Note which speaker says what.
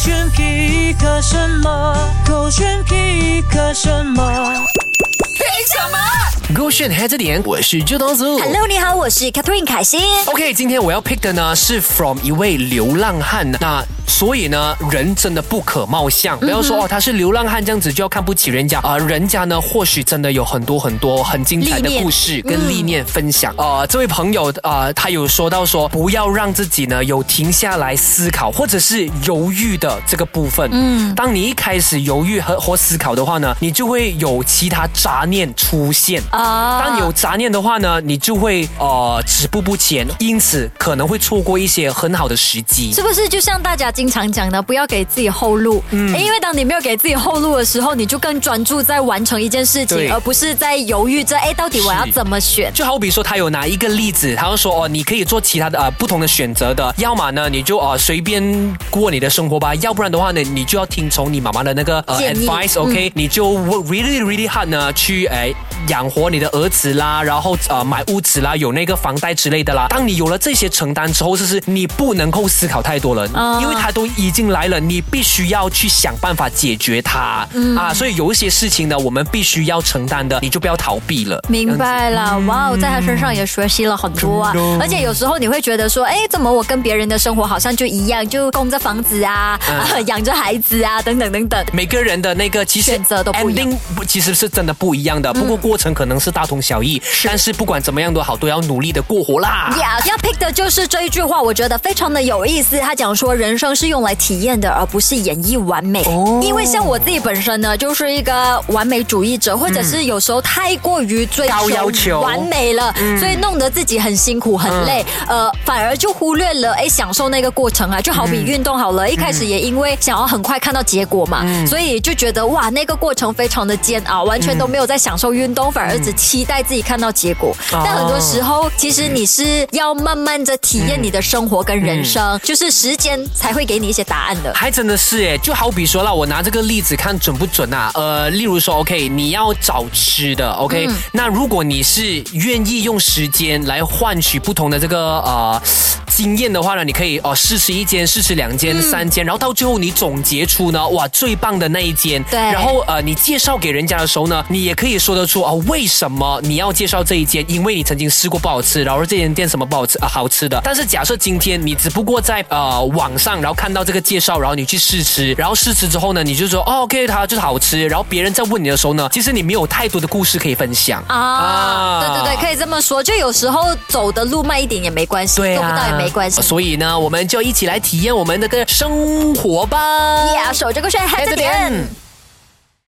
Speaker 1: 选皮克什么？狗选皮克什么？
Speaker 2: 勾选 h e a d 点，我是朱东祖。
Speaker 3: Hello，你好，我是 Catherine 凯欣。
Speaker 2: OK，今天我要 pick 的呢是 from 一位流浪汉，那所以呢，人真的不可貌相，不要说、哦他是流浪汉这样子就要看不起人家啊、人家呢或许真的有很多很多很精彩
Speaker 3: 历
Speaker 2: 的
Speaker 3: 练
Speaker 2: 故事跟历练分享。呃，这位朋友啊、呃他有说到说不要让自己呢有停下来思考或者是犹豫的这个部分。嗯，当你一开始犹豫和或思考的话呢，你就会有其他杂念出现。
Speaker 3: 啊
Speaker 2: 当有杂念的话呢，你就会呃止步不前，因此可能会错过一些很好的时机
Speaker 3: 是。不是就像大家经常讲的，不要给自己后路？嗯，因为当你没有给自己后路的时候，你就更专注在完成一件事
Speaker 2: 对
Speaker 3: 情，而不是在犹豫着，哎，到底我要怎么选？
Speaker 2: 就好比说，他有拿一个例子，他就说哦，你可以做其他的呃不同的选择的，要么呢你就呃随便过你的生活吧，要不然的话呢，你就要听从你妈妈的那个呃
Speaker 3: 建议
Speaker 2: advice，OK，、你就 work really really hard 呢去哎、养活你的儿子啦，然后呃买屋子啦，有那个房贷之类的啦。当你有了这些承担之后，就是你不能够思考太多了，
Speaker 3: 啊
Speaker 2: 因为他都已经来了，你必须要去想办法解决它、
Speaker 3: 嗯
Speaker 2: 啊。所以有一些事情呢，我们必须要承担的，你就不要逃避了。
Speaker 3: 明白了，哇哦，在他身上也学习了很多啊
Speaker 2: 真的哦，
Speaker 3: 而且有时候你会觉得说，哎，怎么我跟别人的生活好像就一样，就供着房子啊，啊 养着孩子啊，等等等等。
Speaker 2: 每个人的那个其实
Speaker 3: 选择都不一样嗯
Speaker 2: ending 不其实是真的不一样的，不过过程可能是大同小异，但是不管怎么样都好，都要努力的过活啦。
Speaker 3: Yeah，要 pick 的就是这一句话，我觉得非常的有意思。他讲说，人生是用来体验的，而不是演绎完美。
Speaker 2: 哦
Speaker 3: 因为像我自己本身呢，就是一个完美主义者，或者是有时候太过于追
Speaker 2: 嗯高要求嗯
Speaker 3: 求完美了，所以弄得自己很辛苦、很累，呃，反而就忽略了哎享受那个过程啊。就好比
Speaker 2: 嗯
Speaker 3: 运动好了，一开始也因为想要很快看到结果嘛，
Speaker 2: 嗯
Speaker 3: 所以就觉得哇，那个过程非常的煎熬，完全
Speaker 2: 嗯
Speaker 3: 都没有在享受运动，反而只期待自己看到结果。
Speaker 2: 哦
Speaker 3: 但很多时候，其实你是要慢慢的体验你的生活跟人生，就是时间才会给你一些答案的。
Speaker 2: 还真的是诶，就好比说啦，我拿这个例子看准不准啊？呃，例如说，OK，你要找吃的，OK，、那
Speaker 3: 嗯
Speaker 2: 如果你是愿意用时间来换取不同的这个呃经验的话呢，你可以哦、试吃一间，试吃两
Speaker 3: 嗯
Speaker 2: 间、三间，然后到最后你总结出呢，哇，最棒的那一间，
Speaker 3: 对
Speaker 2: 然后呃，你介绍给人家的时候呢，你也可以说得出啊、为什么你要介绍这一间？因为你曾经试过不好吃，然后这间店什么不好吃啊、好吃的。但是假设今天你只不过在呃网上，然后看到这个介绍，然后你去试吃，然后试吃之后呢，你就说哦，OK，它就是好吃。然后别人在问你的时候呢，其实你没有太多的故事可以分享
Speaker 3: 啊，对对对，可以这么说。就有时候走的路慢一点也没关系，
Speaker 2: 对
Speaker 3: 做不到
Speaker 2: 啊，
Speaker 3: 也没关系。
Speaker 2: 所以呢，我们就一起来体验我们那个生活吧。
Speaker 3: 呀，守着个帅，嗨着点。